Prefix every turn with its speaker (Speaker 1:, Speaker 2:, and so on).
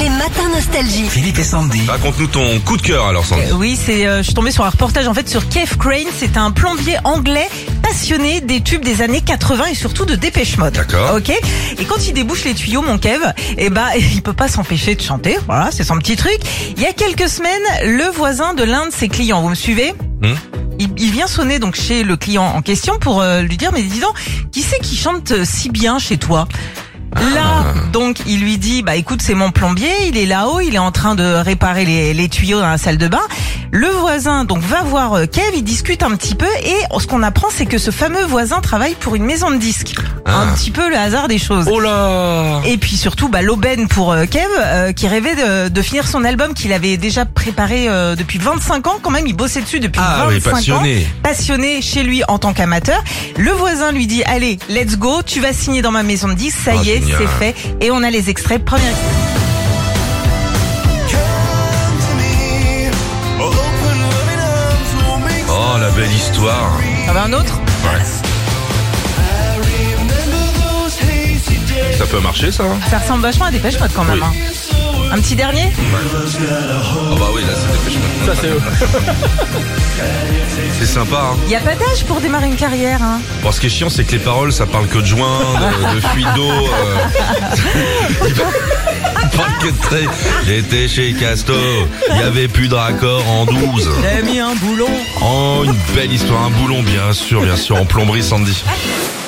Speaker 1: Les matins nostalgie.
Speaker 2: Philippe et Sandy.
Speaker 3: Raconte-nous ton coup de cœur alors Sandy.
Speaker 4: Euh, Oui, c'est, euh, je suis tombée sur un reportage en fait sur Keith Crane. C'est un plombier anglais passionné des tubes des années 80 et surtout de Dépêche Mode.
Speaker 3: D'accord.
Speaker 4: Ok. Et quand il débouche les tuyaux, mon Kev, eh ben, il peut pas s'empêcher de chanter. Voilà, c'est son petit truc. Il y a quelques semaines, le voisin de l'un de ses clients, vous me suivez
Speaker 3: Hmm.
Speaker 4: il, il vient sonner donc chez le client en question pour euh, lui dire mais dis donc, qui c'est qui chante euh, si bien chez toi Là, donc, il lui dit, bah écoute, c'est mon plombier, il est là-haut, il est en train de réparer les, les tuyaux dans la salle de bain. Le voisin, donc, va voir euh, Kev, il discute un petit peu, et ce qu'on apprend, c'est que ce fameux voisin travaille pour une maison de disques. Un petit peu le hasard des choses.
Speaker 3: Oh là
Speaker 4: Et puis surtout, bah, l'aubaine pour euh, Kev, euh, qui rêvait de, de finir son album qu'il avait déjà préparé euh, depuis 25 ans. Quand même, il bossait dessus depuis
Speaker 3: Ah
Speaker 4: 25
Speaker 3: oui,
Speaker 4: ans
Speaker 3: passionné.
Speaker 4: passionné chez lui en tant qu'amateur. Le voisin lui dit Allez, let's go, tu vas signer dans ma maison de 10, ça
Speaker 3: Ah,
Speaker 4: y est,
Speaker 3: génial.
Speaker 4: c'est fait. Et on a les extraits. Premier extrait.
Speaker 3: Oh la belle histoire.
Speaker 4: Ah bah, un autre
Speaker 3: Ça peut marcher ça hein
Speaker 4: Ça ressemble vachement à des pêches quand
Speaker 3: Oui.
Speaker 4: même. hein. Un petit dernier
Speaker 3: Oh bah oui là c'est Ça c'est C'est sympa hein.
Speaker 4: Il n'y a pas d'âge pour démarrer une carrière. Hein.
Speaker 3: Bon ce qui est chiant c'est que les paroles ça parle que de joint, de, de fuite d'eau. euh. Il parle que de trait. J'étais chez Casto, il y avait plus de raccord en 12.
Speaker 4: J'ai mis un boulon.
Speaker 3: Oh une belle histoire, un boulon bien sûr, bien sûr, en plomberie Sandy.